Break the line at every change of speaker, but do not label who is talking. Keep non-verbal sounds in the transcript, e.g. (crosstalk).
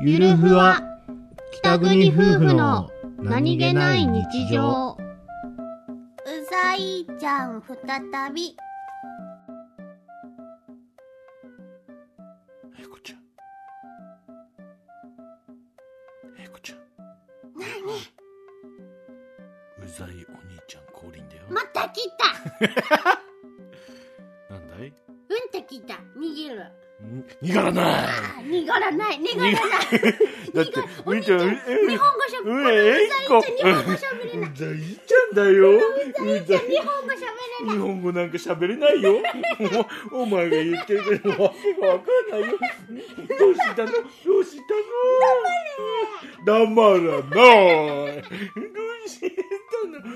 ゆるふわ北国夫婦の
うさいちゃん再び
えいこちゃんえいこちゃん
何
うざいお兄ちゃん降臨だよ、
また来
(laughs)
た
なんだい
うんと来た逃げる
ん逃がらない
あ逃がらない (laughs) 逃がらない
だってお兄ちゃん
お
え
兄ちゃん日本語しゃ
う
べこの
ええいこ
うさいちゃん日本語しゃべれない
ざい
う
ちゃんだようざい
日本語しゃべれ
日
ない
本語なんか喋れないよ。 (laughs) おお前が言ってるけどわけがわかんないよ。どうしたのどうしたの黙らない。どうしたのどうし